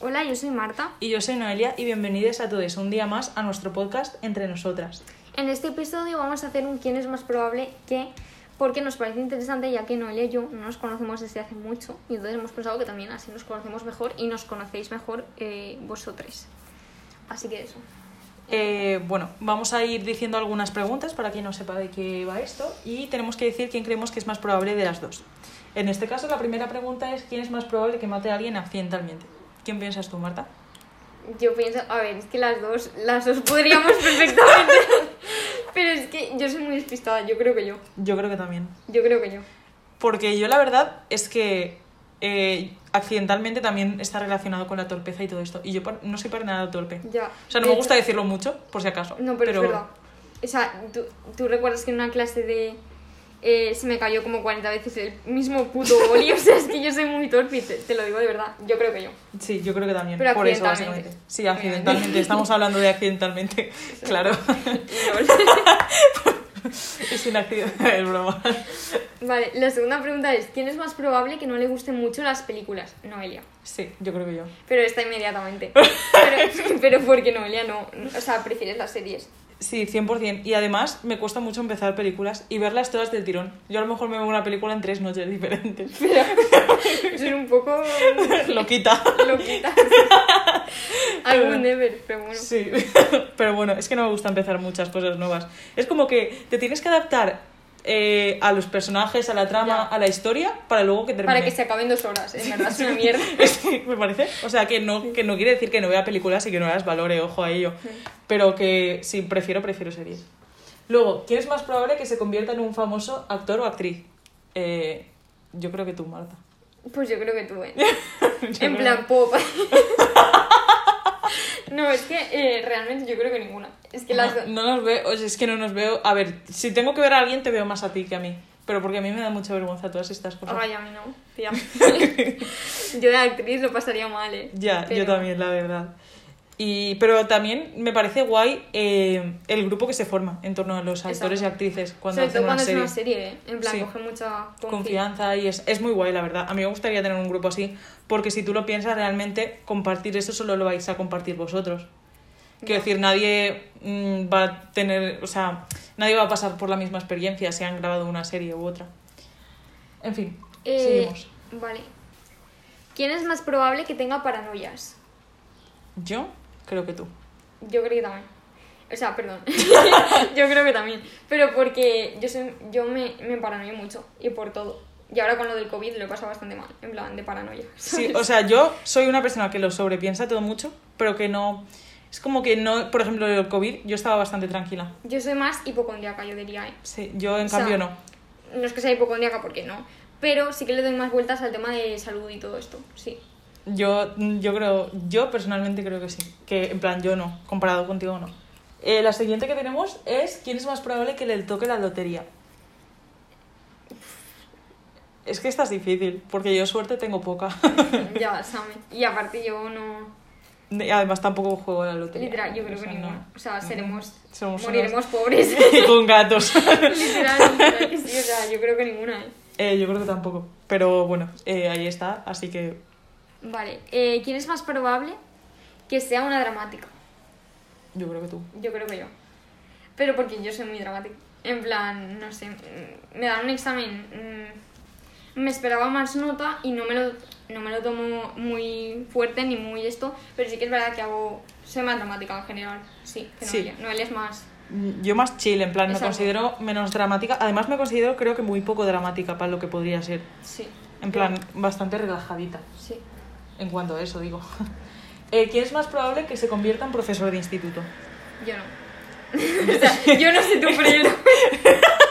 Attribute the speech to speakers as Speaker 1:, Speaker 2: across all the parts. Speaker 1: Hola, yo soy Marta.
Speaker 2: Y yo soy Noelia y bienvenidos a todos un día más a nuestro podcast Entre Nosotras.
Speaker 1: En este episodio vamos a hacer un quién es más probable que, porque nos parece interesante ya que Noelia y yo no nos conocemos desde hace mucho y entonces hemos pensado que también así nos conocemos mejor y nos conocéis mejor eh, vosotros. Así que eso.
Speaker 2: Eh, bueno, vamos a ir diciendo algunas preguntas para quien no sepa de qué va esto y tenemos que decir quién creemos que es más probable de las dos. En este caso, la primera pregunta es quién es más probable que mate a alguien accidentalmente. ¿Quién piensas tú, Marta?
Speaker 1: Yo pienso, a ver, es que las dos, las dos podríamos perfectamente. pero es que yo soy muy despistada, yo creo que yo.
Speaker 2: Yo creo que también.
Speaker 1: Yo creo que yo.
Speaker 2: Porque yo la verdad es que eh, accidentalmente también está relacionado con la torpeza y todo esto. Y yo par- no soy para nada torpe.
Speaker 1: Ya.
Speaker 2: O sea,
Speaker 1: De
Speaker 2: no me
Speaker 1: hecho-
Speaker 2: gusta decirlo mucho, por si acaso.
Speaker 1: No, pero, es verdad. O sea, ¿tú, tú recuerdas que en una clase de... eh, se me cayó como 40 veces el mismo puto boli. o sea, es que yo soy muy torpe, y te, te lo digo de verdad. Yo creo que yo.
Speaker 2: Sí, yo creo que también.
Speaker 1: Pero
Speaker 2: por eso,
Speaker 1: accidentalmente.
Speaker 2: básicamente. Sí, accidentalmente. Estamos hablando de accidentalmente. Claro. es un accidente. Es broma.
Speaker 1: vale, la segunda pregunta es, ¿quién es más probable que no le gusten mucho las películas? Noelia.
Speaker 2: Sí, yo creo que yo.
Speaker 1: Pero esta inmediatamente. Pero, pero porque Noelia no... O sea, prefieres las series.
Speaker 2: Sí, 100%. Y además me cuesta mucho empezar películas y verlas todas del tirón. Yo a lo mejor me veo una película en tres noches diferentes.
Speaker 1: Pero soy un poco
Speaker 2: Loquita.
Speaker 1: loquita. Algún deber, pero bueno.
Speaker 2: Sí, pero bueno, es que no me gusta empezar muchas cosas nuevas. Es como que te tienes que adaptar eh, a los personajes, a la trama,
Speaker 1: Ya.
Speaker 2: a la historia, para luego que termine.
Speaker 1: Para que se acaben dos horas, en verdad es una mierda.
Speaker 2: Sí, me parece. O sea, que no, que no quiere decir que no vea películas y que no las valore, ojo a ello. Pero que si prefiero, prefiero series. Luego, ¿quién es más probable que se convierta en un famoso actor o actriz? Eh, yo creo que tú, Marta.
Speaker 1: Pues yo creo que tú, ¿eh?
Speaker 2: Yo creo
Speaker 1: en
Speaker 2: que-
Speaker 1: plan pop. no, es que eh, realmente yo creo que ninguna. Es que las
Speaker 2: No,
Speaker 1: dos.
Speaker 2: Ah, no nos veo, o sea, es que no nos veo. A ver, si tengo que ver a alguien, te veo más a ti que a mí. Pero porque a mí me da mucha vergüenza todas estas cosas.
Speaker 1: Ay, a mí no, tía. yo de actriz lo pasaría mal, ¿eh?
Speaker 2: Ya,
Speaker 1: Pero-
Speaker 2: yo también, la verdad. Y, pero también me parece guay eh, el grupo que se forma en torno a los actores y
Speaker 1: Exacto.
Speaker 2: actrices cuando
Speaker 1: Sobre todo
Speaker 2: hacen una
Speaker 1: cuando es
Speaker 2: serie.
Speaker 1: una serie, ¿eh? En plan,
Speaker 2: Sí.
Speaker 1: coge mucha confianza.
Speaker 2: Confianza y es, es muy guay, la verdad. A mí me gustaría tener un grupo así, porque si tú lo piensas, realmente compartir eso solo lo vais a compartir vosotros. Quiero decir, nadie mm, va a tener, o sea, nadie va a pasar por la misma experiencia si han grabado una serie u otra. En fin,
Speaker 1: Eh,
Speaker 2: seguimos.
Speaker 1: Vale. ¿Quién es más probable que tenga paranoias?
Speaker 2: Yo creo que tú.
Speaker 1: Yo creo que también. O sea, perdón. yo creo que también. Pero porque yo, soy- yo me, me paranoio mucho y por todo. Y ahora con lo del COVID lo he pasado bastante mal, en plan de paranoia.
Speaker 2: Sí, o sea, yo soy una persona que lo sobrepiensa todo mucho, pero que no... Es como que no, por ejemplo, el COVID, yo estaba bastante tranquila.
Speaker 1: Yo soy más hipocondriaca, yo diría, ¿eh?
Speaker 2: Sí, yo en
Speaker 1: O sea,
Speaker 2: cambio no.
Speaker 1: No es que sea hipocondriaca porque no, pero sí que le doy más vueltas al tema de salud y todo esto, sí.
Speaker 2: Yo, yo creo, yo personalmente creo que sí. Que en plan, yo no, comparado contigo no. Eh, la siguiente que tenemos es quién es más probable que le toque la lotería. Es que esta es difícil, porque yo suerte tengo poca.
Speaker 1: ya, ¿sabes? Y aparte yo no...
Speaker 2: Y Además tampoco juego a la lotería.
Speaker 1: Literal, yo creo
Speaker 2: O
Speaker 1: que
Speaker 2: sea,
Speaker 1: ninguna. O sea, seremos...
Speaker 2: Somos
Speaker 1: moriremos pobres.
Speaker 2: no. Con gatos.
Speaker 1: literal, literal, que sí, o sea, yo creo que ninguna, ¿eh?
Speaker 2: Eh, yo creo que tampoco. Pero bueno, eh, ahí está, así que
Speaker 1: Vale, eh, ¿quién es más probable que sea una dramática?
Speaker 2: yo creo que tú.
Speaker 1: Yo creo que yo. Pero porque yo soy muy dramática. En plan, no sé, mm, me dan un examen, mm, me esperaba más nota y no me lo, no me lo tomo muy fuerte ni muy esto, pero sí que es verdad que hago, soy más dramática en general, sí, que
Speaker 2: Sí.
Speaker 1: Noelia. Noelia es más,
Speaker 2: Mm, Yo más chill, en plan, me
Speaker 1: Exacto.
Speaker 2: considero menos dramática. Además, me considero, creo que muy poco dramática para lo que podría ser.
Speaker 1: sí.
Speaker 2: En plan, bastante relajadita.
Speaker 1: Sí.
Speaker 2: En cuanto a eso, digo. Eh, ¿Quién es más probable que se convierta en profesor de instituto?
Speaker 1: Yo no. o sea, yo no sé tú, pero yo no.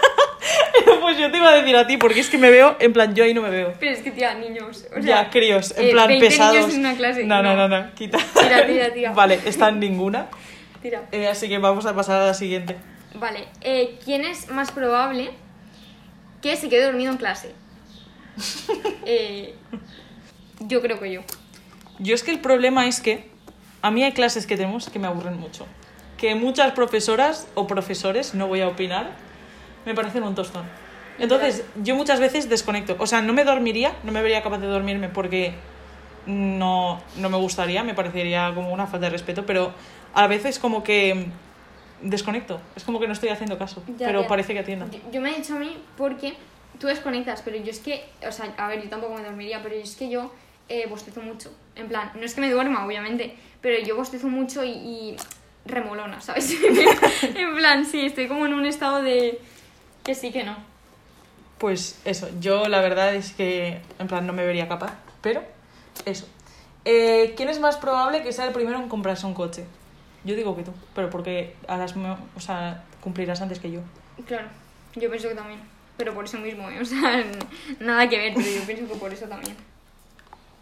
Speaker 2: pues yo te iba a decir a ti, porque es que me veo, en plan, yo ahí no me veo.
Speaker 1: Pero es que, tía, niños. O sea,
Speaker 2: ya, críos, en
Speaker 1: eh,
Speaker 2: plan,
Speaker 1: 20 niños
Speaker 2: pesados.
Speaker 1: en una clase,
Speaker 2: No, no,
Speaker 1: no.
Speaker 2: no, no, quita.
Speaker 1: Tira, tira, tira.
Speaker 2: Vale, está en ninguna.
Speaker 1: Tira.
Speaker 2: Eh, así que vamos a pasar a la siguiente.
Speaker 1: Vale, eh, ¿quién es más probable que se quede dormido en clase? Eh, yo creo que yo.
Speaker 2: Yo es que el problema es que a mí hay clases que tenemos que me aburren mucho. Que muchas profesoras o profesores, no voy a opinar, me parecen un tostón. Entonces, yo muchas veces desconecto. O sea, no me dormiría, no me vería capaz de dormirme porque no, no me gustaría, me parecería como una falta de respeto, pero a veces como que desconecto, es como que no estoy haciendo caso,
Speaker 1: Ya,
Speaker 2: pero
Speaker 1: ya.
Speaker 2: parece que atienda.
Speaker 1: Yo, yo me he dicho a mí porque tú desconectas, pero yo es que, o sea, a ver, yo tampoco me dormiría, pero es que yo eh, bostezo mucho. En plan, no es que me duerma, obviamente, pero yo bostezo mucho y, y remolona, ¿sabes? en plan, sí, estoy como en un estado de que sí, que no.
Speaker 2: Pues eso, yo la verdad es que en plan no me vería capaz, pero eso. Eh, ¿Quién es más probable que sea el primero en comprarse un coche? Yo digo que tú, pero porque harás, mo- o sea, cumplirás antes que yo.
Speaker 1: Claro, yo pienso que también. Pero por eso mismo, ¿eh? o sea, n- nada que ver, pero yo pienso que por eso también.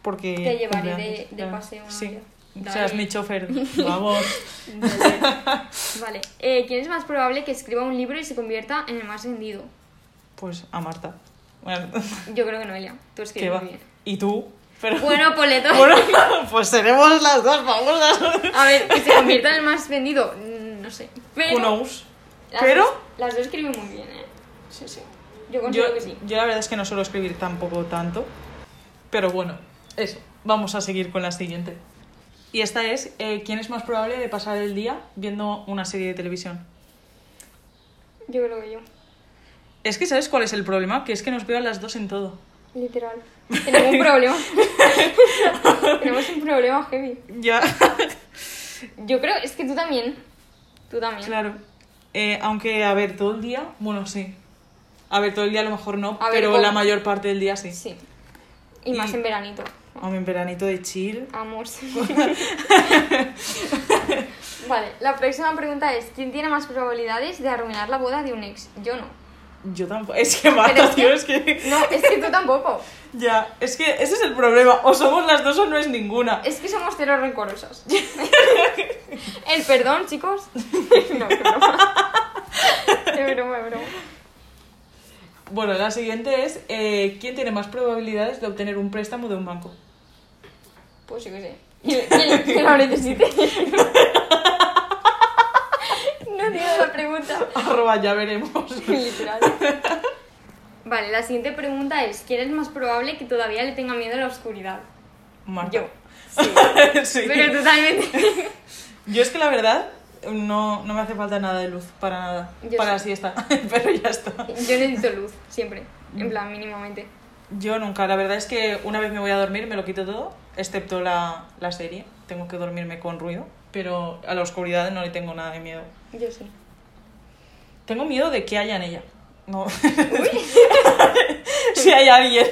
Speaker 2: Porque
Speaker 1: Te llevaré
Speaker 2: cumple
Speaker 1: de-
Speaker 2: antes,
Speaker 1: de
Speaker 2: claro.
Speaker 1: paseo una
Speaker 2: Sí,
Speaker 1: vez. Dale.
Speaker 2: serás mi chofer. Vamos.
Speaker 1: Vale, Vale. Eh, ¿quién es más probable que escriba un libro y se convierta en el más vendido?
Speaker 2: Pues a Marta. Bueno,
Speaker 1: Yo creo que Noelia, tú
Speaker 2: ¿Qué
Speaker 1: escribes
Speaker 2: va?
Speaker 1: muy bien.
Speaker 2: ¿Y tú? Pero,
Speaker 1: Bueno, Poleto.
Speaker 2: bueno, pues seremos las dos famosas.
Speaker 1: A ver, que se convierta en el más vendido, mm, no sé. Pero.
Speaker 2: Who knows?
Speaker 1: las
Speaker 2: Pero-
Speaker 1: dos- las dos escriben muy bien, ¿eh?
Speaker 2: Sí, sí.
Speaker 1: Yo
Speaker 2: Yo,
Speaker 1: considero que sí.
Speaker 2: yo la verdad es que no suelo escribir tampoco tanto. Pero bueno, eso. Vamos a seguir con la siguiente. Y esta es, eh, ¿quién es más probable de pasar el día viendo una serie de televisión?
Speaker 1: Yo creo que yo.
Speaker 2: Es que ¿sabes cuál es el problema? Que es que nos veo a las dos en todo.
Speaker 1: Literal. Tenemos un problema. Tenemos un problema heavy.
Speaker 2: Ya,
Speaker 1: Yo creo, es que tú también. Tú también.
Speaker 2: claro. Eh, aunque, a ver, todo el día, bueno, sí. A ver, todo el día a lo mejor no,
Speaker 1: A ver,
Speaker 2: pero
Speaker 1: ¿cómo?
Speaker 2: la mayor parte del día sí.
Speaker 1: Sí. Y más
Speaker 2: Y-
Speaker 1: en veranito.
Speaker 2: Hombre, en veranito de chill.
Speaker 1: Amor. vale, la próxima pregunta es: ¿Quién tiene más probabilidades de arruinar la boda de un ex? Yo no.
Speaker 2: Yo tampoco. Es que Marta,
Speaker 1: es que-
Speaker 2: tío, es que.
Speaker 1: No, es que tú tampoco.
Speaker 2: Ya, es que ese es el problema. O somos las dos o no es ninguna.
Speaker 1: Es que somos cero rencorosos. El perdón, chicos. No, es broma. Es broma, es broma.
Speaker 2: Bueno, la siguiente es: eh, ¿quién tiene más probabilidades de obtener un préstamo de un banco?
Speaker 1: Pues yo qué sé. ¿Quién- ¿Quién quién lo necesite? No entiendo la pregunta.
Speaker 2: Arroba, ya veremos.
Speaker 1: Literal. Vale, la siguiente pregunta es: ¿Quién es más probable que todavía le tenga miedo a la oscuridad?
Speaker 2: Marta.
Speaker 1: Yo.
Speaker 2: Sí.
Speaker 1: Pero totalmente.
Speaker 2: Yo es que la verdad. No, no me hace falta nada de luz, para nada.
Speaker 1: Yo
Speaker 2: para
Speaker 1: sí.
Speaker 2: siesta, pero ya está.
Speaker 1: Yo necesito luz, siempre.
Speaker 2: Mm.
Speaker 1: En plan, mínimamente.
Speaker 2: Yo nunca, la verdad es que una vez me voy a dormir me lo quito todo, excepto la, la serie. Tengo que dormirme con ruido, pero a la oscuridad no le tengo nada de miedo.
Speaker 1: Yo sí.
Speaker 2: Tengo miedo de que haya en ella. No. si hay alguien.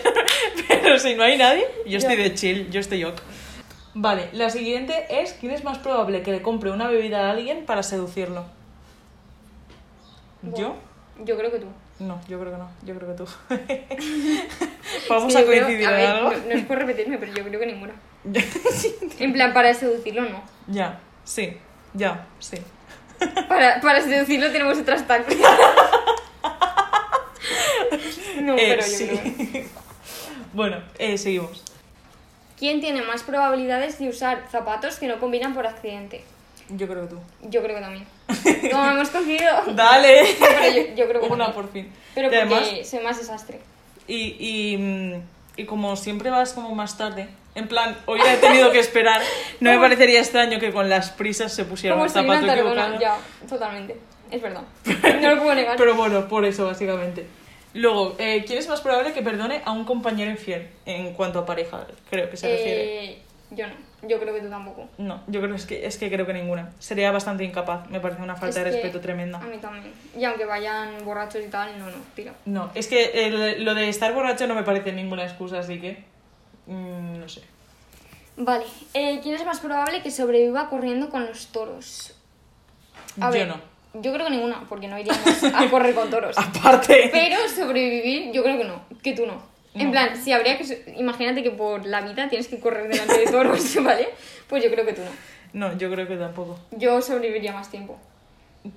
Speaker 2: Pero si no hay nadie, yo estoy
Speaker 1: Ya.
Speaker 2: de chill, yo estoy ok. Vale, la siguiente es quién es más probable que le compre una bebida a alguien para seducirlo. ¿Yo?
Speaker 1: Yo creo que tú.
Speaker 2: No, yo creo que no, yo creo que tú. Vamos
Speaker 1: Sí,
Speaker 2: a
Speaker 1: yo creo-
Speaker 2: coincidir
Speaker 1: a
Speaker 2: en
Speaker 1: ver,
Speaker 2: algo.
Speaker 1: No, no es por repetirme, pero yo creo que ninguna. En plan, para seducirlo no.
Speaker 2: ya, sí, ya, sí.
Speaker 1: Para, para seducirlo tenemos otras tácticas. No,
Speaker 2: Eh,
Speaker 1: pero yo
Speaker 2: sí.
Speaker 1: creo. que-
Speaker 2: bueno, eh, seguimos.
Speaker 1: ¿Quién tiene más probabilidades de usar zapatos que no combinan por accidente?
Speaker 2: Yo creo que tú.
Speaker 1: Yo creo que también. Como hemos cogido.
Speaker 2: Dale.
Speaker 1: Pero yo, yo creo que
Speaker 2: Una
Speaker 1: también.
Speaker 2: por fin.
Speaker 1: Pero
Speaker 2: Y
Speaker 1: porque
Speaker 2: además,
Speaker 1: soy más desastre.
Speaker 2: Y, y, mm, y como siempre vas como más tarde, en plan, hoy ya he tenido que esperar, no me
Speaker 1: Como-
Speaker 2: parecería extraño que con las prisas se pusiera
Speaker 1: Como
Speaker 2: un
Speaker 1: si una
Speaker 2: zapato
Speaker 1: tardona.
Speaker 2: equivocado.
Speaker 1: Ya, totalmente. Es verdad. No lo puedo negar.
Speaker 2: Pero bueno, por eso básicamente. Luego, eh, ¿quién es más probable que perdone a un compañero infiel en cuanto a pareja? Creo que se refiere.
Speaker 1: Eh, yo no. Yo creo que tú tampoco.
Speaker 2: No, yo creo es que, es que creo que ninguna. Sería bastante incapaz, me parece una falta
Speaker 1: Es
Speaker 2: de
Speaker 1: que
Speaker 2: respeto tremenda.
Speaker 1: A mí también. Y aunque vayan borrachos y tal, no, no, tira.
Speaker 2: No, es que el- lo de estar borracho no me parece ninguna excusa, así que... mm, no sé.
Speaker 1: Vale. eh, ¿Quién es más probable que sobreviva corriendo con los toros?
Speaker 2: yo no. Ah,
Speaker 1: Yo creo que ninguna, porque no iríamos a correr con toros.
Speaker 2: Aparte...
Speaker 1: pues, Pero sobrevivir, yo creo que no, que tú no. En
Speaker 2: No.
Speaker 1: plan, si habría que. so- Imagínate que por la vida tienes que correr delante de toros, ¿vale? Pues yo creo que tú no.
Speaker 2: No, yo creo que tampoco.
Speaker 1: Yo sobreviviría más tiempo.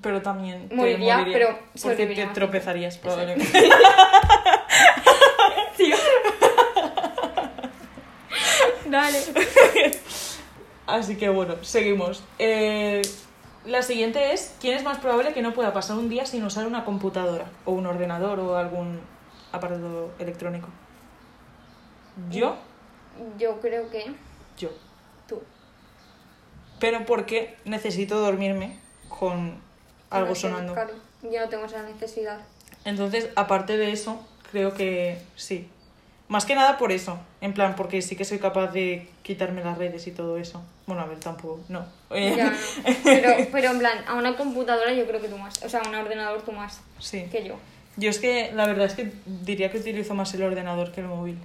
Speaker 2: Pero también te
Speaker 1: Moriría, pero
Speaker 2: porque
Speaker 1: sobreviviría
Speaker 2: te
Speaker 1: más
Speaker 2: tropezarías
Speaker 1: tiempo.
Speaker 2: probablemente.
Speaker 1: Dale.
Speaker 2: Así que bueno, seguimos. Eh, la siguiente es, ¿quién es más probable que no pueda pasar un día sin usar una computadora o un ordenador o algún aparato electrónico? Yo,
Speaker 1: Mm. Yo creo que.
Speaker 2: Yo.
Speaker 1: Tú.
Speaker 2: Pero porque necesito dormirme con algo
Speaker 1: No sé,
Speaker 2: sonando.
Speaker 1: claro, yo no tengo esa necesidad.
Speaker 2: Entonces, aparte de eso, creo que sí. Más que nada por eso. En plan, porque sí que soy capaz de quitarme las redes y todo eso. Bueno, a ver, tampoco. No. Eh,
Speaker 1: Ya, no. Pero, pero en plan, a una computadora yo creo que tú más. O sea, a un ordenador tú más
Speaker 2: sí.
Speaker 1: que yo.
Speaker 2: Yo es que la verdad es que diría que utilizo más el ordenador que el móvil.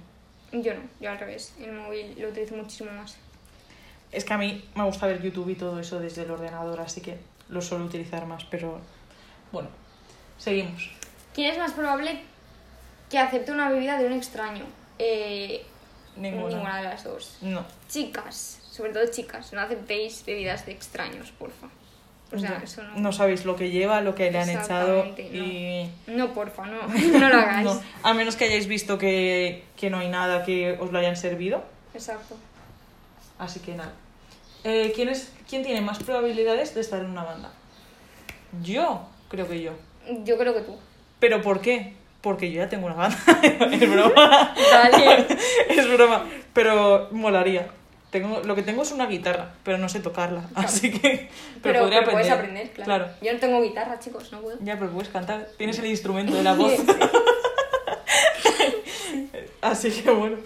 Speaker 1: Yo no, yo al revés. El móvil lo utilizo muchísimo más.
Speaker 2: Es que a mí me gusta ver YouTube y todo eso desde el ordenador, así que lo suelo utilizar más, pero bueno, seguimos.
Speaker 1: ¿Quién es más probable que acepte una bebida de un extraño? Eh,
Speaker 2: Ninguna.
Speaker 1: de las dos.
Speaker 2: No.
Speaker 1: Chicas, sobre todo chicas, no aceptéis bebidas de extraños, porfa. O sea,
Speaker 2: Ya.
Speaker 1: eso no.
Speaker 2: no sabéis lo que lleva, lo que le han echado
Speaker 1: Exactamente,
Speaker 2: y...
Speaker 1: No, porfa, no, no lo hagáis.
Speaker 2: No, a menos que hayáis visto que, que no hay nada que os lo hayan servido.
Speaker 1: Exacto.
Speaker 2: Así que nada. Eh, ¿quién, es, ¿Quién tiene más probabilidades de estar en una banda? Yo, creo que yo.
Speaker 1: Yo creo que tú.
Speaker 2: ¿Pero por qué? Porque yo ya tengo una banda. es broma.
Speaker 1: Dale.
Speaker 2: es broma. Pero molaría. Tengo, lo que tengo es una guitarra, pero no sé tocarla. Así que. Pero,
Speaker 1: Pero,
Speaker 2: podría
Speaker 1: pero puedes
Speaker 2: aprender.
Speaker 1: aprender, claro. Yo no tengo guitarra, chicos, no puedo.
Speaker 2: Ya, pero puedes cantar. Tienes el instrumento de la voz. Así que bueno.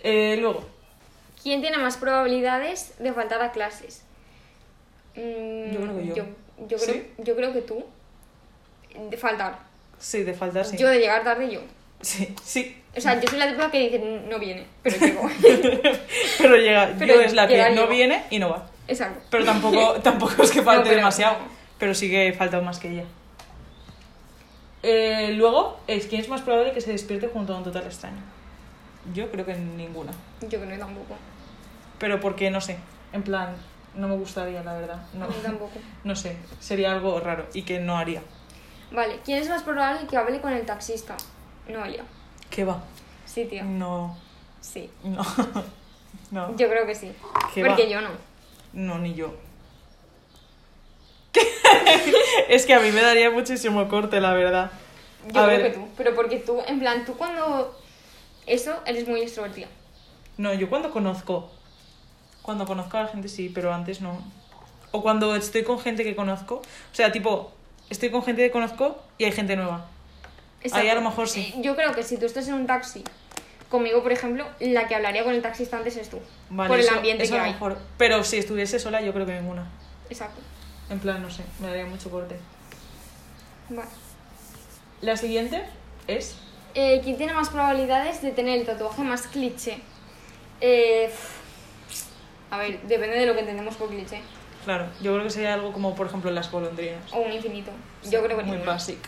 Speaker 2: Eh, luego,
Speaker 1: ¿Quién tiene más probabilidades de faltar a clases? Mm,
Speaker 2: Yo creo que yo.
Speaker 1: yo creo,
Speaker 2: ¿Sí?
Speaker 1: yo creo que tú. De faltar.
Speaker 2: sí, de faltar, sí.
Speaker 1: Yo de llegar tarde, yo.
Speaker 2: Sí, sí.
Speaker 1: O sea, yo soy la típica que dice no viene, pero llego.
Speaker 2: Pero llega,
Speaker 1: Pero
Speaker 2: yo es la que
Speaker 1: llega,
Speaker 2: no
Speaker 1: llega.
Speaker 2: viene y no va.
Speaker 1: Exacto.
Speaker 2: Pero tampoco, tampoco es que falte
Speaker 1: No, pero-
Speaker 2: demasiado. Pero sí que he faltado más que ella. Eh, luego, es quién es más probable que se despierte junto a un total extraño. Yo creo que ninguna.
Speaker 1: Yo creo que tampoco.
Speaker 2: Pero porque, no sé, en plan, no me gustaría, la verdad. No,
Speaker 1: A mí tampoco.
Speaker 2: no sé, sería algo raro y que no haría.
Speaker 1: Vale, ¿quién es más probable que hable con el taxista? Noelia.
Speaker 2: ¿Qué va?
Speaker 1: Sí, tía.
Speaker 2: No,
Speaker 1: Sí.
Speaker 2: no, no,
Speaker 1: Yo creo que sí.
Speaker 2: ¿Qué
Speaker 1: Porque
Speaker 2: va?
Speaker 1: yo no.
Speaker 2: no, ni yo. es que a mí me daría muchísimo corte, la verdad.
Speaker 1: Yo
Speaker 2: a
Speaker 1: creo
Speaker 2: ver,
Speaker 1: que tú. Pero porque tú, en plan, tú cuando. Eso, eres muy extrovertida.
Speaker 2: No, yo cuando conozco. Cuando conozco a la gente sí, pero antes no. O cuando estoy con gente que conozco. O sea, tipo, estoy con gente que conozco y hay gente nueva.
Speaker 1: Exacto.
Speaker 2: Ahí a lo mejor sí.
Speaker 1: Eh, Yo creo que si tú estás en un taxi, conmigo, por ejemplo, la que hablaría con el taxista antes es tú.
Speaker 2: Vale,
Speaker 1: por el
Speaker 2: eso-
Speaker 1: ambiente
Speaker 2: eso
Speaker 1: que
Speaker 2: a lo
Speaker 1: hay.
Speaker 2: mejor. Pero si estuviese sola, yo creo que ninguna.
Speaker 1: Exacto.
Speaker 2: En plan, no sé, me daría mucho corte.
Speaker 1: Vale.
Speaker 2: La siguiente es.
Speaker 1: Eh, ¿Quién tiene más probabilidades de tener el tatuaje más cliché? Eh, a ver, depende de lo que entendemos por cliché.
Speaker 2: Claro, yo creo que sería algo como, por ejemplo, las golondrinas.
Speaker 1: O un infinito. Yo creo que
Speaker 2: Muy
Speaker 1: ninguna.
Speaker 2: basic.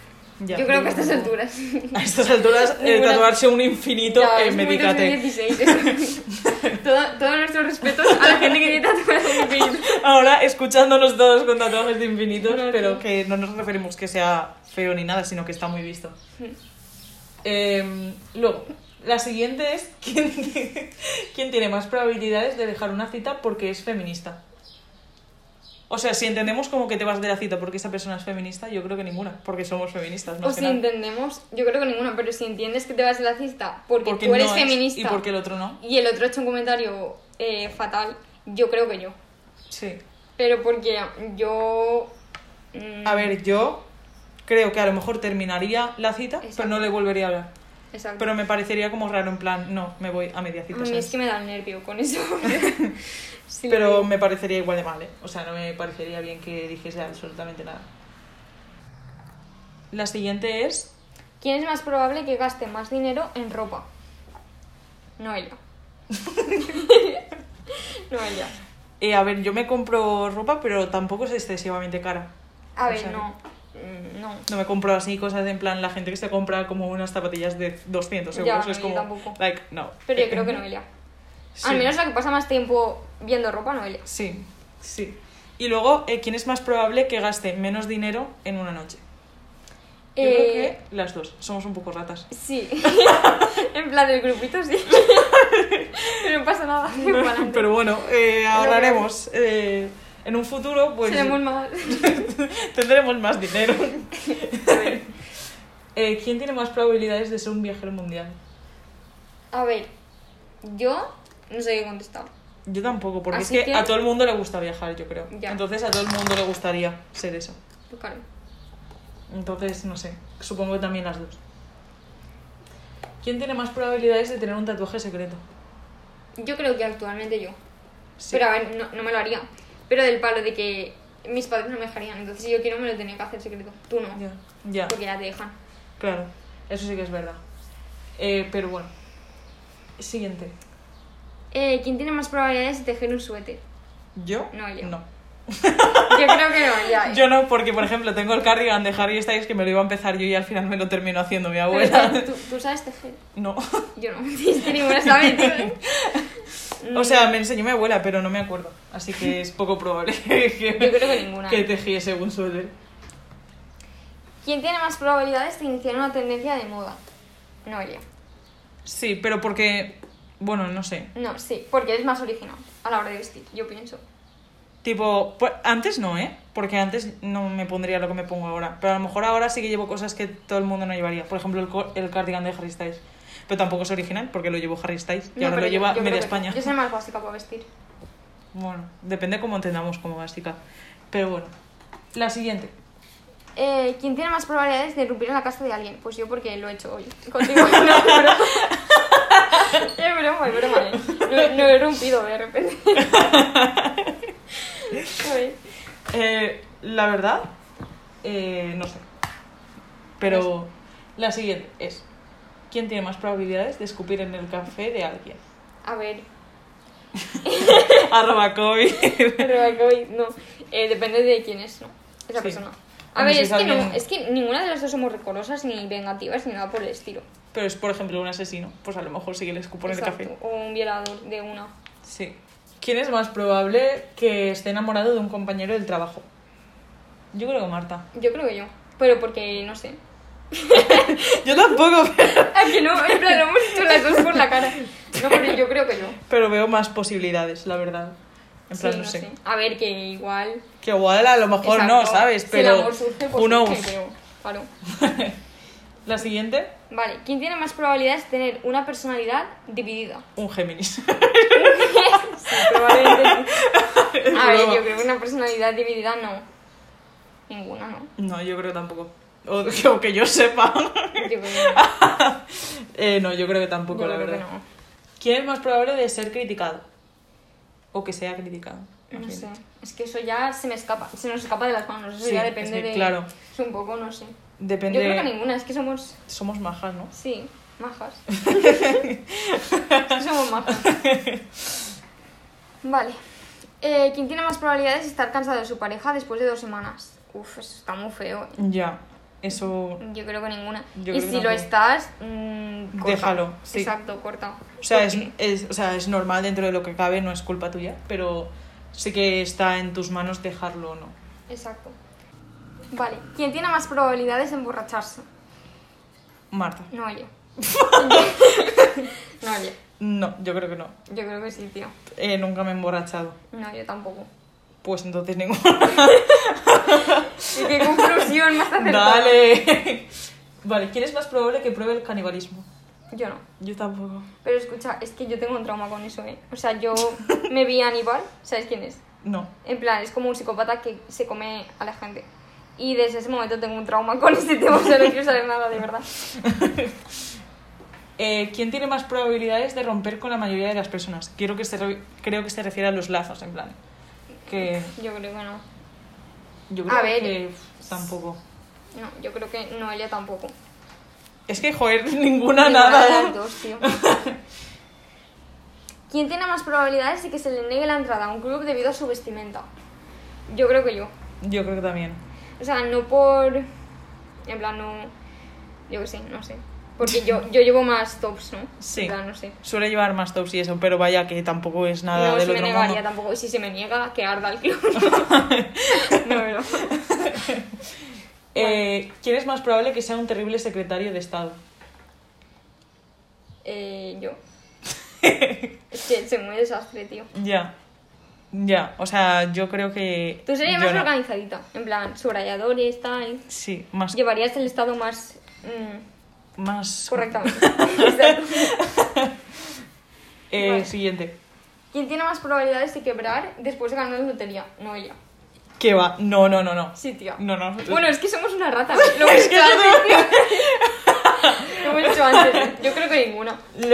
Speaker 2: Ya,
Speaker 1: Yo creo que a estas
Speaker 2: no.
Speaker 1: alturas.
Speaker 2: A estas alturas, eh,
Speaker 1: Ninguna.
Speaker 2: tatuarse un infinito,
Speaker 1: Ya,
Speaker 2: eh,
Speaker 1: es muy
Speaker 2: medícate.
Speaker 1: 2016, eso. Todo- Todo nuestro respeto a la gente que tiene tatuajes de infinito.
Speaker 2: Ahora escuchándonos todos con tatuajes de infinitos,
Speaker 1: No, no.
Speaker 2: pero que no nos referimos que sea feo ni nada, sino que está muy visto. Em, luego, la siguiente es ¿quién, ti- quién tiene más probabilidades de dejar una cita porque es feminista. O sea, si entendemos como que te vas de la cita porque esa persona es feminista, yo creo que ninguna, porque somos feministas.
Speaker 1: O
Speaker 2: Más
Speaker 1: si
Speaker 2: que nada.
Speaker 1: entendemos, yo creo que ninguna, pero si entiendes que te vas de la cista porque,
Speaker 2: Porque
Speaker 1: tú eres
Speaker 2: no es,
Speaker 1: feminista
Speaker 2: Y porque el otro no.
Speaker 1: y el otro ha hecho un comentario eh, fatal, yo creo que yo.
Speaker 2: Sí.
Speaker 1: Pero porque yo. mm,
Speaker 2: A ver, yo creo que a lo mejor terminaría la cita, pero no le volvería a hablar.
Speaker 1: Exacto.
Speaker 2: Pero me parecería como raro, en plan, no, me voy a media cita.
Speaker 1: a mí
Speaker 2: ¿sabes?
Speaker 1: es que me da el nervio con eso. Sí, lo
Speaker 2: Pero
Speaker 1: digo.
Speaker 2: me parecería igual de mal, ¿eh? O sea, no me parecería bien que dijese absolutamente nada. La siguiente es.
Speaker 1: ¿Quién es más probable que gaste más dinero en ropa? Noelia. Noelia.
Speaker 2: eh, a ver, yo me compro ropa, pero tampoco es excesivamente cara.
Speaker 1: A
Speaker 2: O
Speaker 1: ver,
Speaker 2: sea,
Speaker 1: no. Mm, No.
Speaker 2: No me compro así cosas en plan la gente que se compra como unas zapatillas de 200
Speaker 1: Ya,
Speaker 2: euros.
Speaker 1: no,
Speaker 2: es
Speaker 1: yo
Speaker 2: como.
Speaker 1: tampoco.
Speaker 2: Like, no.
Speaker 1: Pero yo creo que Noelia.
Speaker 2: Sí.
Speaker 1: Al menos la que pasa más tiempo viendo ropa, Noelia.
Speaker 2: Sí, sí. Y luego, eh, ¿quién es más probable que gaste menos dinero en una noche? Yo creo
Speaker 1: Eh,
Speaker 2: que las dos. Somos un poco ratas.
Speaker 1: Sí. en plan, el grupito sí. Pero no pasa nada. pa'lante.
Speaker 2: Pero bueno, eh,
Speaker 1: que
Speaker 2: ahorraremos. eh, en un futuro, pues
Speaker 1: Seremos más.
Speaker 2: tendremos más dinero.
Speaker 1: A ver.
Speaker 2: Eh, ¿Quién tiene más probabilidades de ser un viajero mundial?
Speaker 1: A ver, yo no sé qué contestar.
Speaker 2: Yo tampoco, porque
Speaker 1: Así
Speaker 2: es que,
Speaker 1: que-
Speaker 2: a todo el mundo le gusta viajar, yo creo.
Speaker 1: Ya.
Speaker 2: Entonces a todo el mundo le gustaría ser eso.
Speaker 1: Pues claro.
Speaker 2: Entonces, no sé, supongo que también las dos. ¿Quién tiene más probabilidades de tener un tatuaje secreto?
Speaker 1: Yo creo que actualmente yo.
Speaker 2: Sí.
Speaker 1: Pero a ver, no, no me lo haría. Pero del palo de que mis padres no me dejarían. Entonces si yo quiero me lo tenía que hacer secreto. Tú no.
Speaker 2: Ya, ya,
Speaker 1: Porque ya te dejan.
Speaker 2: claro. Eso sí que es verdad. Eh, pero bueno. Siguiente.
Speaker 1: Eh, ¿Quién tiene más probabilidades de tejer un suéter?
Speaker 2: ¿Yo?
Speaker 1: No, yo.
Speaker 2: No.
Speaker 1: Yo creo que no, ya. eh.
Speaker 2: Yo no, porque por ejemplo tengo el cardigan de Harry Styles que me lo iba a empezar yo y al final me lo terminó haciendo mi
Speaker 1: Pero
Speaker 2: abuela.
Speaker 1: ¿tú, tú sabes tejer.
Speaker 2: No.
Speaker 1: Yo no. Es que ninguna ¿eh? Mm, sabe, tío.
Speaker 2: O sea, me enseñó mi abuela, pero no me acuerdo. Así que es poco probable que,
Speaker 1: Yo creo que ninguna.
Speaker 2: que tejiese un suéter.
Speaker 1: ¿Quién tiene más probabilidades de iniciar una tendencia de moda? Noelia.
Speaker 2: Sí, pero porque. Bueno, no sé.
Speaker 1: No, sí, porque es más original a la hora de vestir, yo pienso.
Speaker 2: Tipo, pues, antes no, ¿eh? Porque antes no me pondría lo que me pongo ahora. Pero a lo mejor ahora sí que llevo cosas que todo el mundo no llevaría. Por ejemplo, el, co- el cardigan de Harry Styles. Pero tampoco es original porque lo llevó Harry Styles y
Speaker 1: No,
Speaker 2: ahora
Speaker 1: pero
Speaker 2: lo
Speaker 1: yo-
Speaker 2: lleva
Speaker 1: yo creo
Speaker 2: media
Speaker 1: que-
Speaker 2: España.
Speaker 1: Yo soy más básica para vestir.
Speaker 2: Bueno, depende cómo entendamos como básica. Pero bueno, la siguiente.
Speaker 1: Eh, ¿Quién tiene más probabilidades de irrumpir en la casa de alguien? Pues yo porque lo he hecho hoy. Contigo no, es broma. es broma, es broma. eh. No, no he irrumpido de repente. A ver,
Speaker 2: Eh, la verdad, eh, no sé. Pero la siguiente es, ¿quién tiene más probabilidades de escupir en el café de alguien?
Speaker 1: a ver,
Speaker 2: Arroba COVID.
Speaker 1: pero acabo de- no. Eh, depende de quién es, ¿no? Esa
Speaker 2: Sí.
Speaker 1: persona.
Speaker 2: Hombre,
Speaker 1: A ver,
Speaker 2: si
Speaker 1: es
Speaker 2: es
Speaker 1: que, no-
Speaker 2: alguien-
Speaker 1: es que ninguna de las dos somos recorosas ni vengativas ni nada por el estilo.
Speaker 2: Pero es, por ejemplo, un asesino. Pues a lo mejor sí que le escupo en el
Speaker 1: Exacto,
Speaker 2: café.
Speaker 1: O un violador de una.
Speaker 2: Sí. ¿Quién es más probable que esté enamorado de un compañero del trabajo? Yo creo que Marta.
Speaker 1: Yo creo que yo. Pero porque, no sé.
Speaker 2: Yo tampoco,
Speaker 1: Ah, que no, en plan, lo hemos hecho las dos por la cara. No, pero yo creo que yo.
Speaker 2: pero veo más posibilidades, la verdad. En plan,
Speaker 1: Sí,
Speaker 2: no, sé.
Speaker 1: A ver, que igual.
Speaker 2: Que igual a lo mejor no,
Speaker 1: exacto,
Speaker 2: ¿sabes?
Speaker 1: si el
Speaker 2: Pero
Speaker 1: amor surge, pues
Speaker 2: who knows?
Speaker 1: surge, pero, claro.
Speaker 2: La siguiente,
Speaker 1: Vale, ¿quién tiene más probabilidades de tener una personalidad dividida?
Speaker 2: un Géminis.
Speaker 1: Sí, probablemente. sí. A ver,
Speaker 2: broma.
Speaker 1: yo creo que una personalidad dividida no. Ninguna, no.
Speaker 2: No, yo creo tampoco. O que, o que yo sepa.
Speaker 1: Yo creo que no.
Speaker 2: Eh, no, yo creo que tampoco,
Speaker 1: Yo
Speaker 2: la
Speaker 1: creo que
Speaker 2: verdad.
Speaker 1: no.
Speaker 2: ¿Quién es más probable de ser criticado? O que sea criticado. más
Speaker 1: No
Speaker 2: bien.
Speaker 1: sé, es que eso ya se me escapa, se nos escapa de las manos, eso
Speaker 2: Sí,
Speaker 1: ya
Speaker 2: es
Speaker 1: depende
Speaker 2: que,
Speaker 1: de...
Speaker 2: claro.
Speaker 1: Es un poco, no sé.
Speaker 2: Depende.
Speaker 1: Yo creo que ninguna, es que somos,
Speaker 2: Somos majas, ¿no?
Speaker 1: sí, majas. Es que somos majas. Vale. Eh, ¿Quién tiene más probabilidades de estar cansado de su pareja después de dos semanas? Uf, eso está muy feo. eh.
Speaker 2: Ya. Eso.
Speaker 1: Yo creo que ninguna.
Speaker 2: Yo creo
Speaker 1: y
Speaker 2: que
Speaker 1: si lo
Speaker 2: tampoco.
Speaker 1: estás, mm, corta.
Speaker 2: Déjalo, sí.
Speaker 1: Exacto, corta.
Speaker 2: O sea, es,
Speaker 1: Porque-
Speaker 2: es- o sea, es normal dentro de lo que cabe, no es culpa tuya, pero sí que está en tus manos dejarlo o no.
Speaker 1: Exacto. Vale. ¿Quién tiene más probabilidades de emborracharse?
Speaker 2: Marta.
Speaker 1: No, oye. no, oye.
Speaker 2: No, yo creo que no.
Speaker 1: Yo creo que sí, tío.
Speaker 2: Eh, nunca me he emborrachado.
Speaker 1: No, yo tampoco.
Speaker 2: Pues entonces ninguno.
Speaker 1: ¿Y qué conclusión más acertada?
Speaker 2: Dale. Vale, ¿quién es más probable que pruebe el canibalismo?
Speaker 1: Yo no.
Speaker 2: Yo tampoco.
Speaker 1: Pero escucha, es que yo tengo un trauma con eso, ¿eh? O sea, yo me vi a Aníbal, ¿sabes quién es?
Speaker 2: No.
Speaker 1: En plan, es como un psicópata que se come a la gente. Y desde ese momento tengo un trauma con ese tema, o sea, no quiero saber nada, de verdad.
Speaker 2: Eh, ¿Quién tiene más probabilidades de romper con la mayoría de las personas? Quiero que se re- creo que se refiere a los lazos, en plan. Que
Speaker 1: Yo creo que no.
Speaker 2: yo
Speaker 1: A
Speaker 2: creo
Speaker 1: ver.
Speaker 2: que pf, tampoco.
Speaker 1: No, yo creo que Noelia tampoco.
Speaker 2: Es que, joder, ninguna,
Speaker 1: Ninguna de las
Speaker 2: nada.
Speaker 1: dos, tío. ¿Quién tiene más probabilidades de que se le niegue la entrada a un club debido a su vestimenta? Yo creo que yo.
Speaker 2: Yo creo que también.
Speaker 1: O sea, no por. En plan, no. Yo qué sé, no sé. Porque yo, yo llevo más tops, ¿no?
Speaker 2: Sí.
Speaker 1: En plan, no sé.
Speaker 2: Suele llevar más tops y eso, pero vaya que tampoco es nada
Speaker 1: no
Speaker 2: del
Speaker 1: se me
Speaker 2: Ah, otro
Speaker 1: negaría
Speaker 2: mundo.
Speaker 1: tampoco. Y si se me niega, que arda el club. no, pero.
Speaker 2: Eh, ¿Quién es más probable que sea un terrible secretario de Estado?
Speaker 1: Eh, yo. es que soy muy desastre, tío.
Speaker 2: Ya. Ya. O sea, yo creo que.
Speaker 1: Tú serías
Speaker 2: yo
Speaker 1: más
Speaker 2: no.
Speaker 1: organizadita. En plan, subrayadores, tal.
Speaker 2: Sí, más,
Speaker 1: Llevarías el estado más. mm,
Speaker 2: más
Speaker 1: correctamente. Exacto.
Speaker 2: Eh,
Speaker 1: Vale.
Speaker 2: Siguiente.
Speaker 1: ¿Quién tiene más probabilidades de quebrar después de ganar la lotería? No ella.
Speaker 2: ¿Qué va? No, no, no, no.
Speaker 1: Sí, tía.
Speaker 2: No, no.
Speaker 1: Bueno, es que somos una rata. ¿no? Lo hemos hecho antes. Lo hemos hecho antes. Yo creo que ninguna.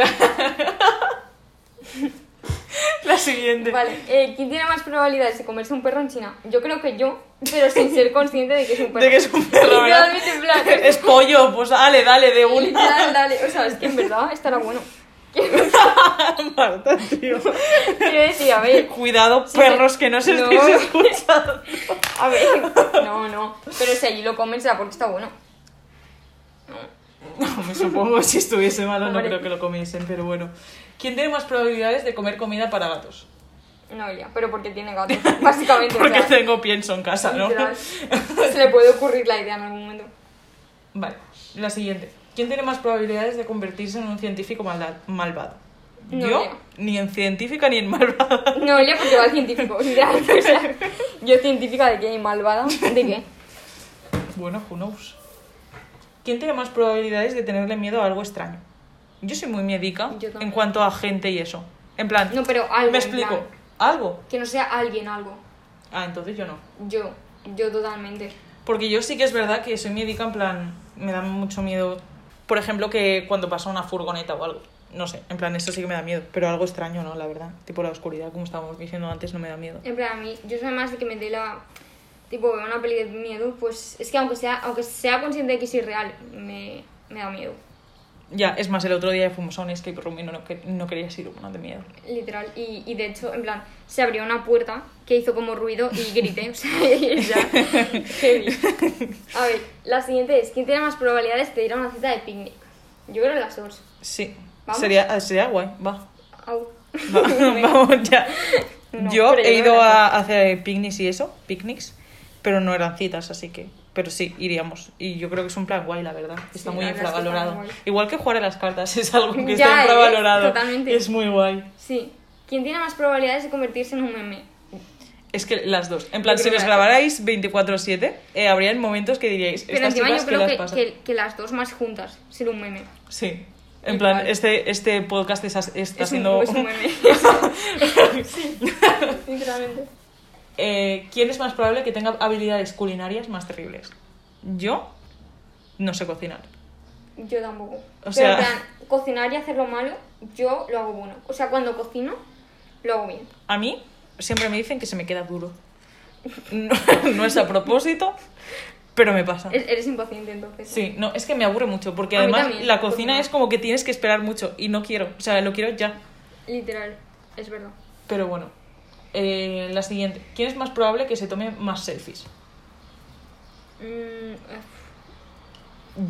Speaker 2: La siguiente.
Speaker 1: Vale. eh, ¿Quién tiene más probabilidades de comerse un perro en China? Yo creo que yo, pero sin ser consciente de que es un perro.
Speaker 2: De que es un perro, ¿verdad?
Speaker 1: Literalmente, en plan,
Speaker 2: Es pollo, pues dale, dale, de una.
Speaker 1: Literal, dale. O sea, es que en verdad estará bueno.
Speaker 2: Marta, tío.
Speaker 1: Quiero decir, a ver,
Speaker 2: Cuidado,
Speaker 1: Sí,
Speaker 2: perros,
Speaker 1: sí.
Speaker 2: que no se
Speaker 1: No.
Speaker 2: estéis escuchando.
Speaker 1: a ver. No, no. Pero si allí lo comen será porque está bueno.
Speaker 2: No, me supongo, si estuviese malo no
Speaker 1: Hombre.
Speaker 2: creo que lo comiesen, pero bueno. ¿Quién tiene más probabilidades de comer comida para gatos?
Speaker 1: No, ya. Pero porque tiene gatos, básicamente. o
Speaker 2: Porque
Speaker 1: sea,
Speaker 2: tengo pienso en casa, ¿no?
Speaker 1: literal. Se le puede ocurrir la idea en algún momento.
Speaker 2: Vale, la siguiente. ¿Quién tiene más probabilidades de convertirse en un científico malda- malvado?
Speaker 1: No,
Speaker 2: Yo,
Speaker 1: yo.
Speaker 2: ni en científica ni en malvada.
Speaker 1: No, Elia, porque va al científico. literal, o sea, yo científica de qué y malvada. ¿De qué?
Speaker 2: Bueno, who knows. ¿Quién tiene más probabilidades de tenerle miedo a algo extraño? Yo soy muy miedica
Speaker 1: Yo también.
Speaker 2: en cuanto a gente y eso. En plan,
Speaker 1: No, pero algo.
Speaker 2: me
Speaker 1: en plan,
Speaker 2: explico. ¿Algo?
Speaker 1: que no sea alguien, algo.
Speaker 2: Ah, entonces yo no.
Speaker 1: Yo, yo totalmente.
Speaker 2: Porque yo sí que es verdad que soy miedica en plan, me da mucho miedo, por ejemplo, que cuando pasa una furgoneta o algo. No sé, en plan, eso sí que me da miedo, pero algo extraño, ¿no? La verdad. Tipo la oscuridad, como estábamos diciendo antes, no me da miedo.
Speaker 1: En plan, a mí, yo soy más de que me dé la. Tipo, veo una peli de miedo, pues es que aunque sea, aunque sea consciente de que es irreal, me, me da miedo.
Speaker 2: Ya, es más, el otro día fuimos a un escape room y no, no, que- no quería ir uno de miedo.
Speaker 1: Literal. Y, y de hecho, en plan, se abrió una puerta que hizo como ruido y grité. o sea, y ya. Heavy. A ver, la siguiente es: ¿quién tiene más probabilidades de ir a una cita de picnic? Yo creo que las dos.
Speaker 2: Sí,
Speaker 1: ¿Vamos?
Speaker 2: sería, ah, sería guay, va.
Speaker 1: Au.
Speaker 2: Va, vamos ya.
Speaker 1: No,
Speaker 2: yo
Speaker 1: pero yo
Speaker 2: he
Speaker 1: no
Speaker 2: ido
Speaker 1: era
Speaker 2: a, hacer picnics y eso, picnics, pero no eran citas, así que. Pero sí, iríamos. Y yo creo que es un plan guay, la verdad. Está
Speaker 1: Sí,
Speaker 2: muy
Speaker 1: la verdad es que está
Speaker 2: infravalorado.
Speaker 1: muy guay.
Speaker 2: Igual que jugar a las cartas es algo que
Speaker 1: Ya,
Speaker 2: está
Speaker 1: ¿eh?
Speaker 2: infravalorado.
Speaker 1: Totalmente.
Speaker 2: Es muy guay.
Speaker 1: Sí. ¿Quién tiene más probabilidades de convertirse en un meme?
Speaker 2: Es que las dos. En plan,
Speaker 1: Yo
Speaker 2: si
Speaker 1: creo
Speaker 2: los
Speaker 1: que las dos.
Speaker 2: grabarais 24-7, eh, habrían momentos que diríais.
Speaker 1: Pero
Speaker 2: Estas
Speaker 1: encima
Speaker 2: chicas,
Speaker 1: yo
Speaker 2: ¿qué
Speaker 1: creo
Speaker 2: las
Speaker 1: que,
Speaker 2: pasan?".
Speaker 1: que- que las dos más juntas, ser un meme.
Speaker 2: Sí. En
Speaker 1: Igual.
Speaker 2: plan, este, este podcast es- está
Speaker 1: es
Speaker 2: siendo.
Speaker 1: un, es un meme. sí, literalmente.
Speaker 2: Eh, ¿Quién es más probable que tenga habilidades culinarias más terribles? Yo no sé cocinar.
Speaker 1: Yo tampoco. Pero
Speaker 2: sea-
Speaker 1: en plan, cocinar y hacerlo malo, yo lo hago bueno. O sea, cuando cocino, lo hago bien.
Speaker 2: A mí siempre me dicen que se me queda duro. No, no es a propósito, pero me pasa.
Speaker 1: E- Eres impaciente entonces.
Speaker 2: Ah. Sí, no, es que me aburre mucho, porque
Speaker 1: A mí
Speaker 2: además
Speaker 1: también,
Speaker 2: la
Speaker 1: cocinar.
Speaker 2: cocina es como que tienes que esperar mucho y no quiero, o sea, lo quiero ya.
Speaker 1: Literal, es verdad.
Speaker 2: Pero bueno, Eh, la siguiente. ¿Quién es más probable que se tome más selfies?
Speaker 1: Mm, eh,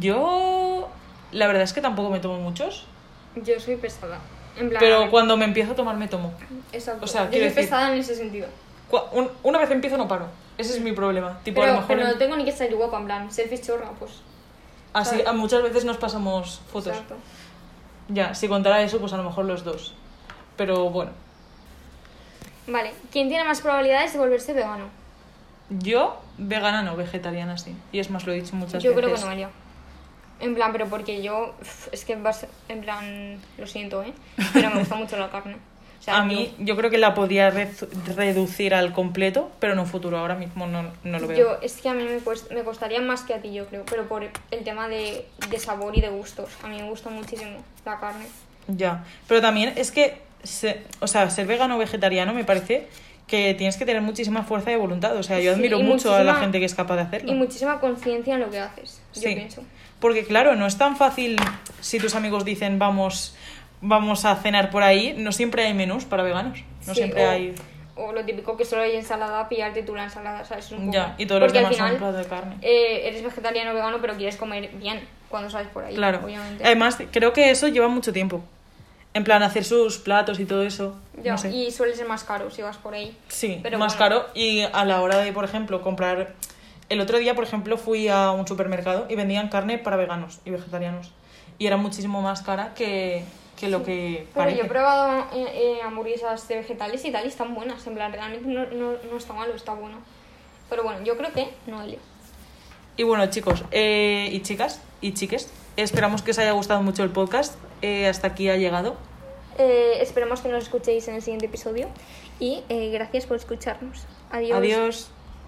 Speaker 2: Yo, la verdad es que tampoco me tomo muchos,
Speaker 1: yo soy pesada. En plan,
Speaker 2: pero cuando me empiezo a tomar me tomo.
Speaker 1: exacto.
Speaker 2: o sea,
Speaker 1: yo soy
Speaker 2: quiero decir-
Speaker 1: pesada en ese sentido.
Speaker 2: Cua- un- una vez empiezo no paro. Ese es mi problema. Tipo, a lo
Speaker 1: Pero,
Speaker 2: mejor
Speaker 1: pero no
Speaker 2: en-
Speaker 1: tengo ni que salir guapa, en plan, selfie chorra, pues.
Speaker 2: así,
Speaker 1: ¿sabes?
Speaker 2: a muchas veces nos pasamos fotos.
Speaker 1: Exacto.
Speaker 2: Ya, si contara eso, pues a lo mejor los dos. Pero bueno,
Speaker 1: Vale, ¿quién tiene más probabilidades de volverse vegano?
Speaker 2: yo vegana no, vegetariana sí. Y es más, lo he dicho muchas
Speaker 1: yo
Speaker 2: veces.
Speaker 1: creo que no, Elia. En plan, pero porque yo. uf, Es que vas. En plan, lo siento, ¿eh? Pero me gusta mucho la carne. O sea,
Speaker 2: a mí, yo creo que la podía re- reducir al completo, pero en un futuro ahora mismo no, no lo
Speaker 1: Yo,
Speaker 2: veo.
Speaker 1: yo- es que a mí me, cuest- me costaría más que a ti, yo creo. Pero por el tema de, de sabor y de gustos. A mí me gusta muchísimo la carne.
Speaker 2: Ya, pero también es que, se- o sea, ser vegano o vegetariano me parece que tienes que tener muchísima fuerza de voluntad. O sea, yo
Speaker 1: Sí,
Speaker 2: admiro
Speaker 1: y
Speaker 2: mucho a la
Speaker 1: muchísima-
Speaker 2: gente que es capaz de hacerlo.
Speaker 1: Y muchísima conciencia en lo que haces, yo pienso.
Speaker 2: Porque claro, no es tan fácil si tus amigos dicen vamos, vamos a cenar por ahí, no siempre hay menús para veganos. No
Speaker 1: Sí,
Speaker 2: siempre
Speaker 1: o,
Speaker 2: hay.
Speaker 1: O lo típico que solo hay ensalada, pillarte tú la ensalada, ¿sabes? Un poco.
Speaker 2: Ya, y todos los
Speaker 1: Porque al
Speaker 2: demás son
Speaker 1: final,
Speaker 2: plato de carne.
Speaker 1: eh, eres vegetariano o vegano, pero quieres comer bien cuando sales por ahí.
Speaker 2: Claro.
Speaker 1: Obviamente.
Speaker 2: Además, creo que eso lleva mucho tiempo. En plan, hacer sus platos y todo eso.
Speaker 1: Ya,
Speaker 2: no sé.
Speaker 1: Y suele ser más caro si vas por ahí.
Speaker 2: Sí,
Speaker 1: Pero
Speaker 2: más
Speaker 1: bueno.
Speaker 2: caro. Y a la hora de, por ejemplo, comprar. El otro día, por ejemplo, fui a un supermercado y vendían carne para veganos y vegetarianos. Y era muchísimo más cara que, que lo que
Speaker 1: Pero
Speaker 2: parece.
Speaker 1: yo he probado eh, eh, hamburguesas de vegetales y tal y están buenas. En plan, realmente no, no, no está malo, está bueno. Pero bueno, yo creo que no Elia.
Speaker 2: Y bueno, chicos eh, y chicas y chiques, esperamos que os haya gustado mucho el podcast. Eh, hasta aquí ha llegado.
Speaker 1: Eh, esperemos que nos escuchéis en el siguiente episodio y eh, gracias por escucharnos. Adiós.
Speaker 2: Adiós.